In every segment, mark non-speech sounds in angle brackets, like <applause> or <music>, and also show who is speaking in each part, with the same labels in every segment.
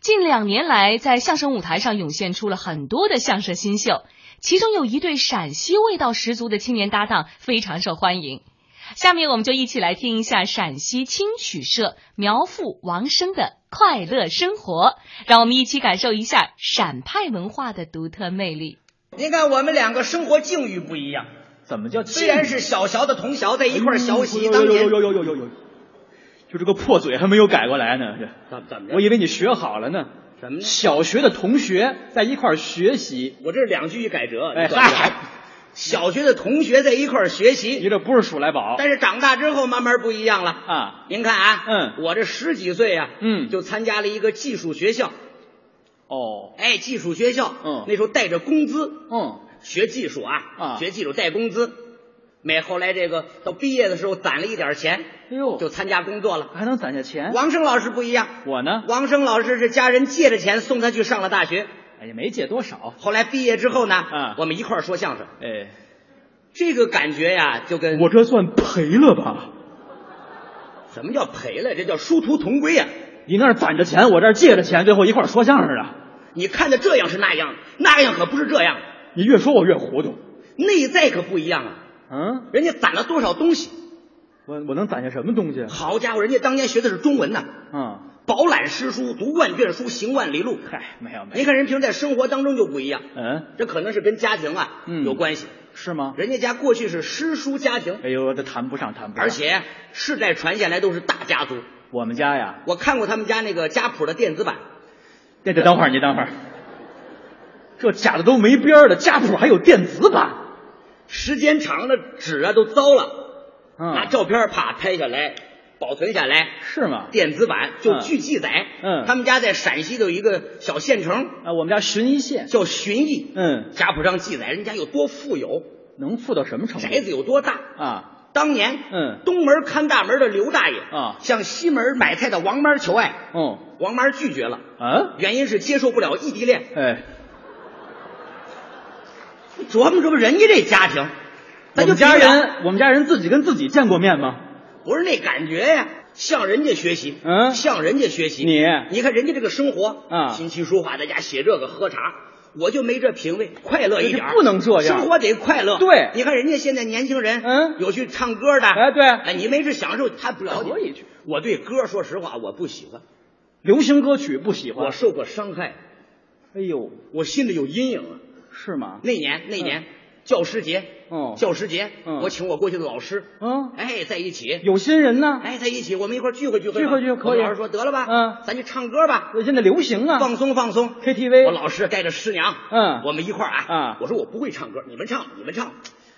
Speaker 1: 近两年来，在相声舞台上涌现出了很多的相声新秀，其中有一对陕西味道十足的青年搭档非常受欢迎。下面我们就一起来听一下陕西青曲社苗阜王声的快乐生活，让我们一起感受一下陕派文化的独特魅力。
Speaker 2: 您看，我们两个生活境遇不一样，
Speaker 3: 怎么叫
Speaker 2: 虽然
Speaker 3: 近
Speaker 2: 是小学的同学，在一块儿学习，
Speaker 3: 哎呦
Speaker 2: 当
Speaker 3: 呦
Speaker 2: 年
Speaker 3: 呦呦呦呦呦，就这个破嘴还没有改过来呢。这
Speaker 2: 怎怎
Speaker 3: 我以为你学好了呢。
Speaker 2: 什么呢
Speaker 3: 小学的同学在一块儿学习。
Speaker 2: 我这是两句一改折
Speaker 3: 哎嗨，
Speaker 2: 小学的同学在一块儿学习，
Speaker 3: 你这不是数来宝
Speaker 2: 但是长大之后慢慢不一样了。
Speaker 3: 啊？
Speaker 2: 您看啊，
Speaker 3: 嗯
Speaker 2: 我这十几岁啊，
Speaker 3: 嗯
Speaker 2: 就参加了一个技术学校，
Speaker 3: 哦，
Speaker 2: 哎，技术学校，
Speaker 3: 嗯
Speaker 2: 那时候带着工资
Speaker 3: 嗯，
Speaker 2: 学技术啊，
Speaker 3: 啊
Speaker 2: 学技术带工资，每后来这个到毕业的时候攒了一点钱，
Speaker 3: 哎呦，
Speaker 2: 就参加工作了。
Speaker 3: 还能攒下钱。
Speaker 2: 王生老师不一样，
Speaker 3: 我呢，
Speaker 2: 王生老师是家人借着钱送他去上了大学，
Speaker 3: 哎呀，没借多少。
Speaker 2: 后来毕业之后呢，
Speaker 3: 啊
Speaker 2: 我们一块儿说相声，
Speaker 3: 哎，
Speaker 2: 这个感觉呀，就跟
Speaker 3: 我这算赔了吧？
Speaker 2: 什么叫赔了，这叫殊途同归呀、
Speaker 3: 你那儿攒着钱，我这儿借着钱，最后一块儿说相声的。
Speaker 2: 你看的这样是那样，那样可不是这样，
Speaker 3: 你越说我越糊涂。
Speaker 2: 内在可不一样啊。
Speaker 3: 嗯，
Speaker 2: 人家攒了多少东西？
Speaker 3: 我我能攒下什么东西？
Speaker 2: 好家伙，人家当年学的是中文呐，
Speaker 3: 嗯，
Speaker 2: 饱览诗书，读万卷书，行万里路。
Speaker 3: 嗨，没有没有。
Speaker 2: 您看人平时在生活当中就不一样，
Speaker 3: 嗯，
Speaker 2: 这可能是跟家庭啊、
Speaker 3: 嗯
Speaker 2: 有关系。
Speaker 3: 是吗？
Speaker 2: 人家家过去是诗书家庭，
Speaker 3: 哎呦，这谈不上，谈不上。
Speaker 2: 而且世代传下来都是大家族。
Speaker 3: 我们家呀，
Speaker 2: 我看过他们家那个家谱的电子版，
Speaker 3: 这这等会儿，你等会儿，这假的都没边儿了，家谱还有电子版。
Speaker 2: 时间长了纸啊都糟了，拿
Speaker 3: 嗯，
Speaker 2: 照片啪拍下来，保存下来，
Speaker 3: 是吗？
Speaker 2: 电子版就
Speaker 3: 嗯
Speaker 2: 据记载。
Speaker 3: 嗯
Speaker 2: 他们家在陕西的有一个小县城
Speaker 3: 啊，我们家旬一县，
Speaker 2: 叫旬邑，
Speaker 3: 嗯，
Speaker 2: 家谱上记载人家有多富有，
Speaker 3: 能富到什么程度？
Speaker 2: 宅子有多大。
Speaker 3: 啊，
Speaker 2: 当年，
Speaker 3: 嗯
Speaker 2: 东门看大门的刘大爷
Speaker 3: 啊
Speaker 2: 向西门买菜的王妈求爱，
Speaker 3: 嗯，
Speaker 2: 王妈拒绝了，
Speaker 3: 啊，
Speaker 2: 原因是接受不了异地恋。
Speaker 3: 哎，
Speaker 2: 琢磨琢磨人家这家庭，
Speaker 3: 我
Speaker 2: 咱就
Speaker 3: 们家
Speaker 2: 比不了
Speaker 3: 人，我们家人自己跟自己见过面吗？
Speaker 2: 不是那感觉呀，向人家学习，
Speaker 3: 嗯
Speaker 2: 向人家学习。
Speaker 3: 你
Speaker 2: 你看人家这个生活
Speaker 3: 啊
Speaker 2: 琴棋书画，在家写这个喝茶，我就没这品味，快乐一点儿，
Speaker 3: 你不能这样
Speaker 2: 生活得快乐。
Speaker 3: 对
Speaker 2: 你看人家现在年轻人，
Speaker 3: 嗯
Speaker 2: 有去唱歌的，
Speaker 3: 哎对
Speaker 2: 哎，你没是享受，他不了解。
Speaker 3: 可以去
Speaker 2: 我对歌，说实话，我不喜欢，
Speaker 3: 流行歌曲不喜
Speaker 2: 我
Speaker 3: 欢。
Speaker 2: 受过伤害，
Speaker 3: 哎呦，
Speaker 2: 我心里有阴影啊。
Speaker 3: 是吗？
Speaker 2: 那年那年、教师节，
Speaker 3: 嗯哦
Speaker 2: 教师节，
Speaker 3: 嗯
Speaker 2: 我请我过去的老师，
Speaker 3: 嗯，
Speaker 2: 哎，在一起，
Speaker 3: 有心人呢。
Speaker 2: 哎，在一起，我们一块儿聚会聚会吧。
Speaker 3: 聚会聚会可以
Speaker 2: 我老师说得了吧，
Speaker 3: 嗯
Speaker 2: 咱去唱歌吧，
Speaker 3: 现在流行啊
Speaker 2: 放松放松。我
Speaker 3: ，KTV。
Speaker 2: 老师带着师娘，
Speaker 3: 哎嗯
Speaker 2: 我们一块儿啊，
Speaker 3: 啊
Speaker 2: 我说我不会唱歌，你们唱，你们唱。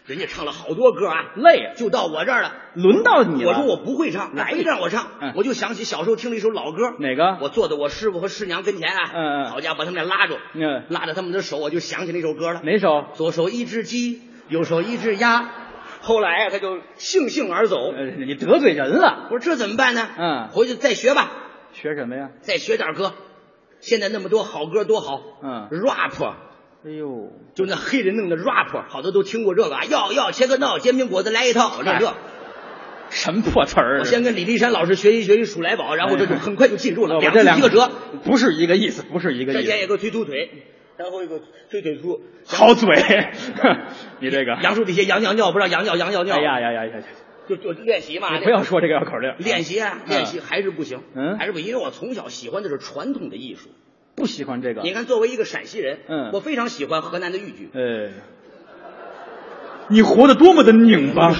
Speaker 2: 人家唱了好多歌啊，
Speaker 3: 累啊
Speaker 2: 就到我这儿了。
Speaker 3: 轮到你了。
Speaker 2: 我说我不会唱，来一让我唱，
Speaker 3: 嗯
Speaker 2: 我就想起小时候听了一首老歌。
Speaker 3: 哪个？
Speaker 2: 我坐在我师傅和师娘跟前啊，
Speaker 3: 嗯嗯
Speaker 2: 好家伙，把他们俩拉住，
Speaker 3: 嗯
Speaker 2: 拉着他们的手，我就想起那首歌了。
Speaker 3: 哪首？
Speaker 2: 左手一只鸡，右手一只鸭。后来啊，他就悻悻而走。
Speaker 3: 呃，你得罪人了。
Speaker 2: 我说这怎么办呢？
Speaker 3: 嗯
Speaker 2: 回去再学吧。
Speaker 3: 学什么呀？
Speaker 2: 再学点歌。现在那么多好歌多好，
Speaker 3: 嗯
Speaker 2: ，rap
Speaker 3: 哎呦，
Speaker 2: 就那黑人弄的 rap，好多都听过这个啊，要要切个闹，煎饼果子来一套，
Speaker 3: 哎
Speaker 2: 这这。
Speaker 3: 什么破词儿啊
Speaker 2: 我先跟李立山老师学习学习数来宝，然后
Speaker 3: <laughs>
Speaker 2: 这就很快就进入了，
Speaker 3: 哎我
Speaker 2: 两
Speaker 3: 这
Speaker 2: 次
Speaker 3: 两
Speaker 2: 一个折，
Speaker 3: 不是一个意思，不是一个
Speaker 2: 这
Speaker 3: 意
Speaker 2: 前
Speaker 3: 思。
Speaker 2: 有个推突腿，然后一个推腿粗，
Speaker 3: 好嘴， <laughs> 你这个，
Speaker 2: 杨树底下羊尿尿，不让羊尿羊尿尿，
Speaker 3: 哎呀呀呀呀！
Speaker 2: 就就练习嘛，
Speaker 3: 你不要说这个绕口令，
Speaker 2: 啊练习啊，练习还是不行，
Speaker 3: 嗯
Speaker 2: 还是不行，因为我从小喜欢的是传统的艺术。
Speaker 3: 不喜欢这个。
Speaker 2: 你看，作为一个陕西人，
Speaker 3: 嗯
Speaker 2: 我非常喜欢河南的豫剧，
Speaker 3: 呃，你活得多么的拧巴。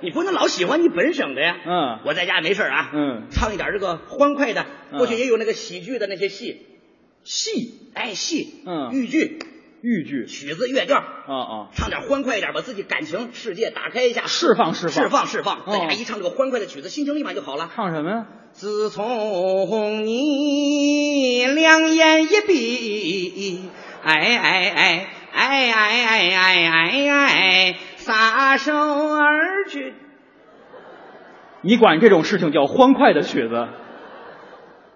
Speaker 2: 你不能老喜欢你本省的呀。
Speaker 3: 嗯
Speaker 2: 我在家没事儿啊，
Speaker 3: 嗯
Speaker 2: 唱一点这个欢快的。
Speaker 3: 嗯
Speaker 2: 过去也有那个喜剧的那些戏，
Speaker 3: 戏
Speaker 2: 哎，戏，
Speaker 3: 嗯
Speaker 2: 豫剧、
Speaker 3: 豫剧
Speaker 2: 曲子、乐调，
Speaker 3: 啊啊，
Speaker 2: 唱点欢快一点，把自己感情世界打开一下，
Speaker 3: 释放释放
Speaker 2: 释放释放。
Speaker 3: 哦
Speaker 2: 在家一唱这个欢快的曲子，心情立马就好了。
Speaker 3: 唱什么呀？
Speaker 2: 自从你两眼一闭，哎哎哎哎哎哎哎哎哎，撒手而去。
Speaker 3: 你管这种事情叫欢快的曲子？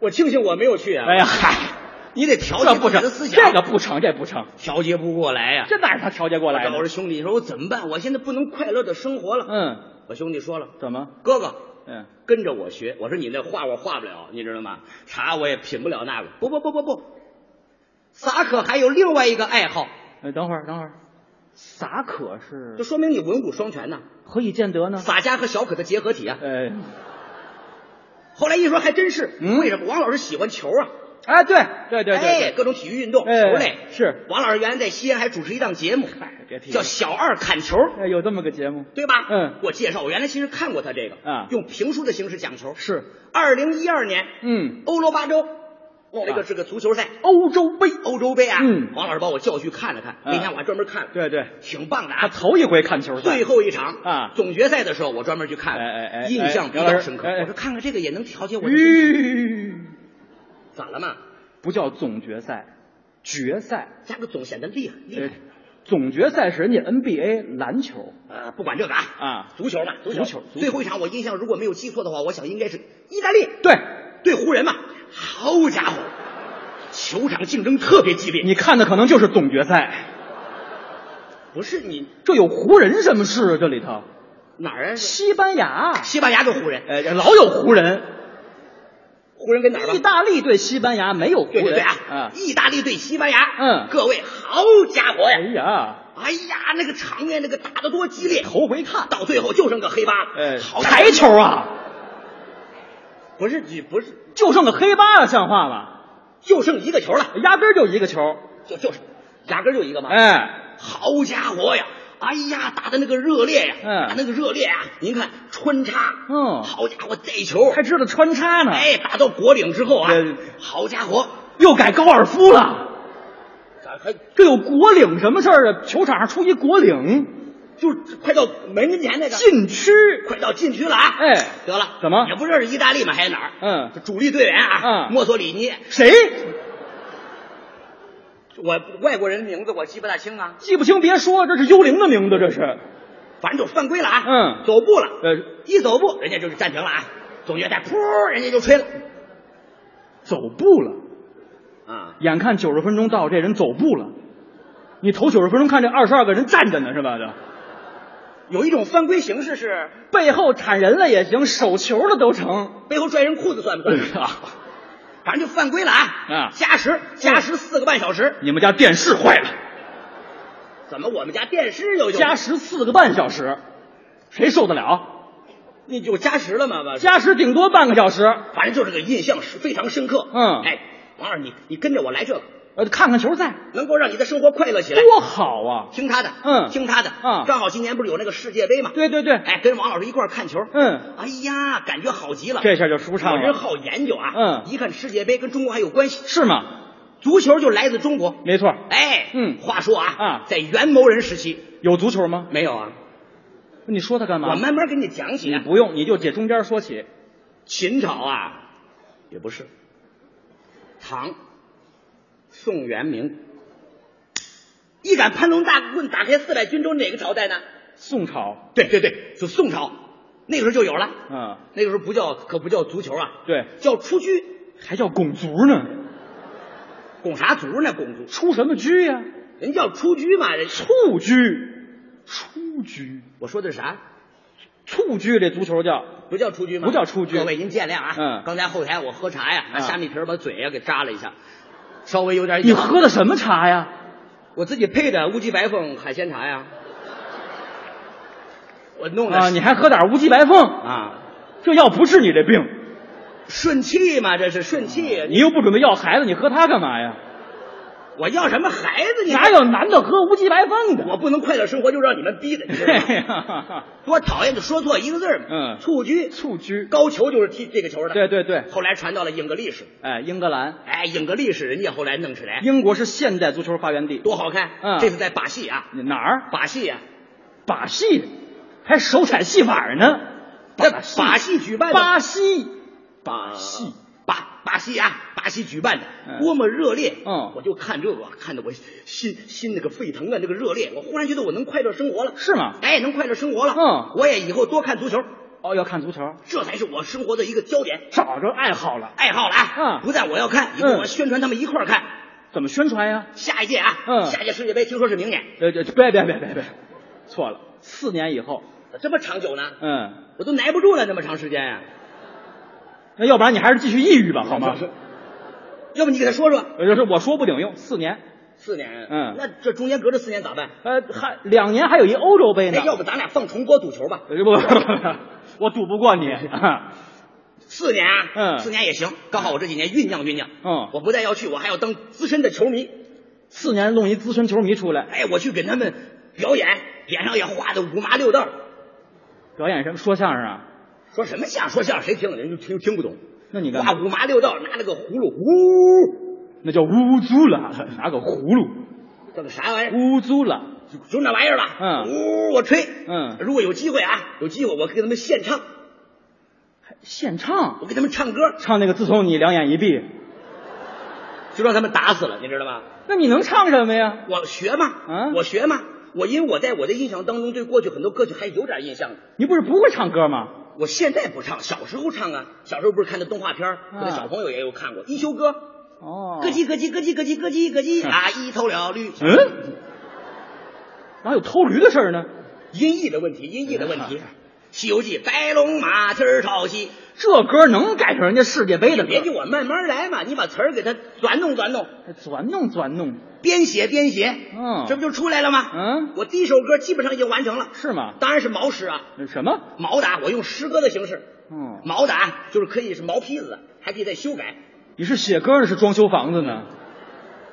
Speaker 2: 我庆幸我没有去啊！
Speaker 3: 哎呀，嗨，
Speaker 2: 你得调节
Speaker 3: 这不
Speaker 2: 自己
Speaker 3: 成
Speaker 2: 的思，想，
Speaker 3: 这个不成，这不成，
Speaker 2: 调节不过来呀、啊
Speaker 3: 这哪是他调节过来
Speaker 2: 我说？
Speaker 3: 的
Speaker 2: 兄弟，你说我怎么办？我现在不能快乐的生活了。
Speaker 3: 嗯，
Speaker 2: 我兄弟说了，
Speaker 3: 怎么？
Speaker 2: 哥哥，
Speaker 3: 嗯，
Speaker 2: 跟着我学。我说你那画我画不了，你知道吗？茶我也品不了那个。不不不不不，萨可还有另外一个爱好，
Speaker 3: 哎，等会儿，等会儿，撒可是
Speaker 2: 就说明你文武双全呐、
Speaker 3: 何以见得呢？
Speaker 2: 洒家和小可的结合体啊。
Speaker 3: 哎，
Speaker 2: 后来一说还真是，
Speaker 3: 嗯
Speaker 2: 为什么王老师喜欢球啊？
Speaker 3: 哎，对对对
Speaker 2: 哎，
Speaker 3: 对
Speaker 2: 各种体育运动，
Speaker 3: 哎
Speaker 2: 球类
Speaker 3: 是。
Speaker 2: 王老师原来在西安还主持一档节目，
Speaker 3: 嗨哎别提了
Speaker 2: 叫《小二砍球》，
Speaker 3: 对，哎，有这么个节目，
Speaker 2: 对吧？
Speaker 3: 嗯
Speaker 2: 给我介绍，我原来其实看过他这个，
Speaker 3: 啊
Speaker 2: 用评书的形式讲球。
Speaker 3: 是，
Speaker 2: 二零一二年
Speaker 3: 嗯，
Speaker 2: 欧罗巴州，这个
Speaker 3: 啊
Speaker 2: 是个足球赛，
Speaker 3: 欧洲杯，
Speaker 2: 欧洲杯啊。
Speaker 3: 嗯
Speaker 2: 王老师把我叫去看了看，
Speaker 3: 啊
Speaker 2: 那天我还专门看了，
Speaker 3: 对对，
Speaker 2: 挺棒的啊。
Speaker 3: 他头一回看球赛
Speaker 2: 最，后一场
Speaker 3: 啊
Speaker 2: 总决赛的时候我专门去看了，
Speaker 3: 哎哎哎哎
Speaker 2: 印象比
Speaker 3: 杨老
Speaker 2: 较
Speaker 3: 师
Speaker 2: 深刻。
Speaker 3: 哎哎
Speaker 2: 我说看看这个也能调节我的心情，
Speaker 3: 吁，
Speaker 2: 咋了嘛？
Speaker 3: 不叫总决赛，决赛，
Speaker 2: 加个总显得厉害厉
Speaker 3: 哎
Speaker 2: 害。，
Speaker 3: 总决赛是人家 NBA 篮球
Speaker 2: 呃，不管这个啊，
Speaker 3: 啊，
Speaker 2: 足球嘛，足
Speaker 3: 足球足球
Speaker 2: 最后一场我印象如果没有记错的话，我想应该是意大利
Speaker 3: 对，
Speaker 2: 对湖人嘛。好家伙，球场竞争特别激烈。
Speaker 3: 你看的可能就是总决赛，
Speaker 2: 不是你
Speaker 3: 这有湖人什么事啊？这里头，
Speaker 2: 哪儿啊？
Speaker 3: 西班牙，
Speaker 2: 西班牙对湖人，
Speaker 3: 哎，老有湖人，
Speaker 2: 湖人跟哪儿吧？
Speaker 3: 意大利对西班牙没有湖
Speaker 2: 对对对
Speaker 3: 人
Speaker 2: 啊
Speaker 3: 啊！，
Speaker 2: 意大利对西班牙，
Speaker 3: 嗯
Speaker 2: 各位，好家伙
Speaker 3: 哎
Speaker 2: 呀！
Speaker 3: 呀，
Speaker 2: 哎呀，那个场面，那个打得多激烈，
Speaker 3: 头回看，
Speaker 2: 到最后就剩个黑八了。
Speaker 3: 哎，
Speaker 2: 好家伙
Speaker 3: 台球啊，
Speaker 2: 不是你不是，
Speaker 3: 就剩个黑八了，像话吗？
Speaker 2: 就剩一个球了，
Speaker 3: 压根儿就一个球，
Speaker 2: 就就是，压根儿就一个嘛。
Speaker 3: 哎，
Speaker 2: 好家伙呀！哎呀，打的那个热烈呀，
Speaker 3: 嗯
Speaker 2: 打那个热烈啊！您看穿插，
Speaker 3: 嗯
Speaker 2: 好家伙，这球，
Speaker 3: 还知道穿插呢，
Speaker 2: 哎，打到果岭之后啊
Speaker 3: 对，
Speaker 2: 好家伙，
Speaker 3: 又改高尔夫了，
Speaker 2: 还
Speaker 3: 这有国领什么事儿啊？球场上出一国领，
Speaker 2: 就快到门跟前那个，
Speaker 3: 禁区，
Speaker 2: 快到禁区了啊！
Speaker 3: 哎
Speaker 2: 得了，
Speaker 3: 怎么
Speaker 2: 也不知道是意大利吗？还是哪儿？
Speaker 3: 嗯，
Speaker 2: 主力队员啊，
Speaker 3: 嗯
Speaker 2: 墨索里尼，
Speaker 3: 谁
Speaker 2: 我外国人名字我记不大清啊，
Speaker 3: 记不清别说，这是幽灵的名字，这是，
Speaker 2: 反正就犯规了啊，
Speaker 3: 嗯
Speaker 2: 走步了，
Speaker 3: 呃，
Speaker 2: 一走步人家就是暂停了啊，总决赛噗，人家就吹了
Speaker 3: 走步了。
Speaker 2: 啊，
Speaker 3: 眼看九十分钟到，这人走步了。你头九十分钟看这二十二个人站着呢，是吧？这
Speaker 2: 有一种犯规形式是
Speaker 3: 背后铲人了也行，手球了都成。
Speaker 2: 背后拽人裤子算不算？
Speaker 3: 啊，
Speaker 2: 反正就犯规了啊，
Speaker 3: 嗯
Speaker 2: 加时加时四个半小时，
Speaker 3: 你们家电视坏了，
Speaker 2: 怎么我们家电视又
Speaker 3: 加时四个半小时，谁受得了？
Speaker 2: 你就加时了吗？吧
Speaker 3: 加时顶多半个小时，
Speaker 2: 反正就是个印象是非常深刻，
Speaker 3: 嗯
Speaker 2: 哎，王二你你跟着我来这个，
Speaker 3: 呃，看看球赛
Speaker 2: 能够让你的生活快乐起来。
Speaker 3: 多好啊！
Speaker 2: 听他的，
Speaker 3: 嗯
Speaker 2: 听他的，
Speaker 3: 嗯
Speaker 2: 正好今年不是有那个世界杯嘛，
Speaker 3: 对对对，
Speaker 2: 哎，跟王老师一块儿看球，
Speaker 3: 嗯，
Speaker 2: 哎呀，感觉好极了。
Speaker 3: 这下就舒
Speaker 2: 我
Speaker 3: 畅
Speaker 2: 人
Speaker 3: 了，
Speaker 2: 好研究啊，
Speaker 3: 嗯
Speaker 2: 一看世界杯跟中国还有关系，
Speaker 3: 是吗？
Speaker 2: 足球就来自中国。
Speaker 3: 没错，
Speaker 2: 哎，
Speaker 3: 嗯
Speaker 2: 话说啊，
Speaker 3: 啊
Speaker 2: 在元谋人时期
Speaker 3: 有足球吗？
Speaker 2: 没有啊，
Speaker 3: 你说它干嘛
Speaker 2: 我？慢慢跟你讲起
Speaker 3: 你
Speaker 2: 啊。
Speaker 3: 不用，你就解中间说起。
Speaker 2: 秦朝啊，也不是，唐，宋元明，一杆盘龙大棍打开四百军州，哪个朝代呢？
Speaker 3: 宋朝，
Speaker 2: 对对对，是宋朝，那个时候就有了。
Speaker 3: 嗯，
Speaker 2: 那个时候不叫可不叫足球啊，
Speaker 3: 对，
Speaker 2: 叫出车，
Speaker 3: 还叫拱足呢。
Speaker 2: 拱啥足呢？拱足，
Speaker 3: 出什么居呀、
Speaker 2: 人叫出车嘛。人
Speaker 3: 蹴鞠，蹴鞠，
Speaker 2: 我说的是啥？
Speaker 3: 蹴鞠这足球叫
Speaker 2: 不叫出车吗？
Speaker 3: 不叫出车
Speaker 2: 各位您见谅啊。
Speaker 3: 嗯
Speaker 2: 刚才后台我喝茶呀，拿
Speaker 3: 嗯
Speaker 2: 虾米皮儿把嘴呀给扎了一下，稍微有点
Speaker 3: 你
Speaker 2: 痒。
Speaker 3: 喝的什么茶呀？
Speaker 2: 我自己配的乌鸡白凤海鲜茶呀，我弄的
Speaker 3: 啊，你还喝点乌鸡白凤？
Speaker 2: 啊，
Speaker 3: 这药不治你这病，
Speaker 2: 顺气嘛，这是顺气。
Speaker 3: 啊你又不准备要孩子，你喝它干嘛呀？
Speaker 2: 我要什么孩子？你
Speaker 3: 哪有男的喝乌鸡白凤的？
Speaker 2: 我不能快乐生活就让你们逼的，你知道吗
Speaker 3: <laughs>
Speaker 2: 多讨厌！就说错一个字儿嘛。
Speaker 3: 嗯
Speaker 2: 蹴鞠，
Speaker 3: 蹴鞠，
Speaker 2: 高俅就是踢这个球的。
Speaker 3: 对对对，
Speaker 2: 后来传到了英格力士，
Speaker 3: 哎，英格兰，
Speaker 2: 哎，英格力士人家后来弄起来
Speaker 3: 英国是现代足球发源地，
Speaker 2: 多好看。
Speaker 3: 嗯
Speaker 2: 这次在把戏啊，
Speaker 3: 哪儿？
Speaker 2: 把戏啊，
Speaker 3: 把戏，还手踩戏法呢？
Speaker 2: 那
Speaker 3: 把戏
Speaker 2: 把戏举办的
Speaker 3: 巴西，
Speaker 2: 把
Speaker 3: 戏，
Speaker 2: 把把戏啊，把戏举办的
Speaker 3: 嗯
Speaker 2: 多么热烈！
Speaker 3: 嗯
Speaker 2: 我就看这个，看得我心心那个沸腾啊，那个热烈，我忽然觉得我能快乐生活了，
Speaker 3: 是吗？
Speaker 2: 哎，能快乐生活了。
Speaker 3: 嗯
Speaker 2: 我也以后多看足球，
Speaker 3: 哦，要看足球，
Speaker 2: 这才是我生活的一个焦点
Speaker 3: 找着爱好了，
Speaker 2: 爱好了啊！
Speaker 3: 嗯
Speaker 2: 不但我要看，以后
Speaker 3: 嗯
Speaker 2: 我宣传他们一块儿看。
Speaker 3: 怎么宣传呀？
Speaker 2: 下一届啊，
Speaker 3: 嗯
Speaker 2: 下一届世界杯听说是明年，
Speaker 3: 呃，这别别别别别，错了，四年以后，
Speaker 2: 咋这么长久呢？
Speaker 3: 嗯，
Speaker 2: 我都耐不住了，那么长时间啊呀、
Speaker 3: 那要不然你还是继续抑郁吧，好吗
Speaker 2: 就？是要不你给他说说，
Speaker 3: 我就是我说不顶用，四年，
Speaker 2: 四年，
Speaker 3: 嗯
Speaker 2: 那这中间隔着四年咋办？
Speaker 3: 呃，还两年还有一欧洲杯呢
Speaker 2: 哎，。要不咱俩放重播赌球吧？
Speaker 3: 呃不不不不，我赌不 <laughs> 过你。
Speaker 2: <laughs> 四年啊，
Speaker 3: 嗯
Speaker 2: 四年也行，刚好我这几年酝酿酝酿，
Speaker 3: 嗯，
Speaker 2: 我不但要去，我还要当资深的球迷，
Speaker 3: 四年弄一资深球迷出来
Speaker 2: 哎，我去给他们表演，脸上也画的五麻六道，
Speaker 3: 表演什么说相声啊？
Speaker 2: 说什么相声说相声谁听了人就听听不懂，
Speaker 3: 那你干
Speaker 2: 画
Speaker 3: 嘛？
Speaker 2: 五麻六道，拿那个葫芦呜，
Speaker 3: 那叫乌租了，拿个葫芦
Speaker 2: 这个啥玩意儿？
Speaker 3: 乌租了。
Speaker 2: 就就那玩意儿吧，
Speaker 3: 嗯
Speaker 2: 呜，我吹，
Speaker 3: 嗯
Speaker 2: 如果有机会啊，有机会我给他们献唱，
Speaker 3: 现唱
Speaker 2: 我给他们唱歌，
Speaker 3: 唱那个，自从你两眼一闭，
Speaker 2: 就让他们打死了，你知道吧？
Speaker 3: 那你能唱什么呀？
Speaker 2: 我学嘛，
Speaker 3: 嗯
Speaker 2: 我学嘛，我因为我在我的印象当中对过去很多歌曲还有点印象的，
Speaker 3: 你不是不会唱歌吗？
Speaker 2: 我现在不唱，小时候唱啊，小时候不是看的动画片儿，我的
Speaker 3: 啊
Speaker 2: 小朋友也有看过《一休哥》，
Speaker 3: 哦
Speaker 2: 咯叽咯叽咯叽咯叽咯叽咯叽
Speaker 3: 嗯
Speaker 2: 啊，一头了绿，
Speaker 3: 嗯，哪有偷驴的事儿呢？
Speaker 2: 音译的问题，音译的问
Speaker 3: 啊
Speaker 2: 题，《西游记》白龙马蹄儿讨西，
Speaker 3: 这歌能改成人家世界杯的歌？
Speaker 2: 别给我慢慢来嘛，你把词儿给它转动转动，
Speaker 3: 还哎钻弄钻弄，
Speaker 2: 编写编写，
Speaker 3: 嗯
Speaker 2: 这不就出来了吗？
Speaker 3: 嗯，
Speaker 2: 我第一首歌基本上已经完成了，
Speaker 3: 是吗？
Speaker 2: 当然是毛诗啊，
Speaker 3: 什么？
Speaker 2: 毛的啊，我用诗歌的形式，
Speaker 3: 嗯，
Speaker 2: 毛的啊，就是可以是毛坯子的，还可以再修改。
Speaker 3: 你是写歌呢，是装修房子呢？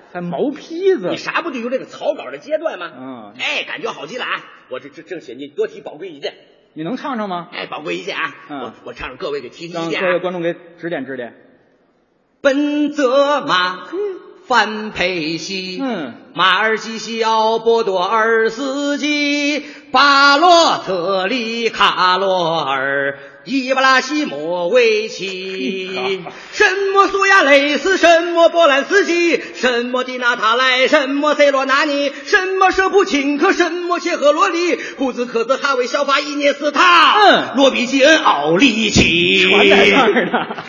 Speaker 3: 还毛坯子
Speaker 2: 你？啥不就有这个草稿的阶段吗？
Speaker 3: 嗯，
Speaker 2: 哎，感觉好极了啊！我这这正写，你多提宝贵意见，
Speaker 3: 你能唱唱吗？
Speaker 2: 哎，宝贵意见啊！
Speaker 3: 嗯
Speaker 2: 我我唱各位给提提意
Speaker 3: 让
Speaker 2: 见
Speaker 3: 各位
Speaker 2: 啊！
Speaker 3: 观众给指点指点。
Speaker 2: 奔泽马，范佩西，
Speaker 3: 嗯，，
Speaker 2: 马尔基西奥波多尔斯基，巴洛特利卡洛尔。伊布拉西莫维奇
Speaker 3: <laughs>
Speaker 2: 什么苏亚雷斯，什么波兰斯基，什么迪纳塔莱，什么塞罗纳尼，什么舍普琴科，什么切赫罗里，库兹科兹哈维肖法伊涅斯塔，
Speaker 3: 嗯
Speaker 2: 罗比基恩奥利奇，
Speaker 3: 全在这儿呢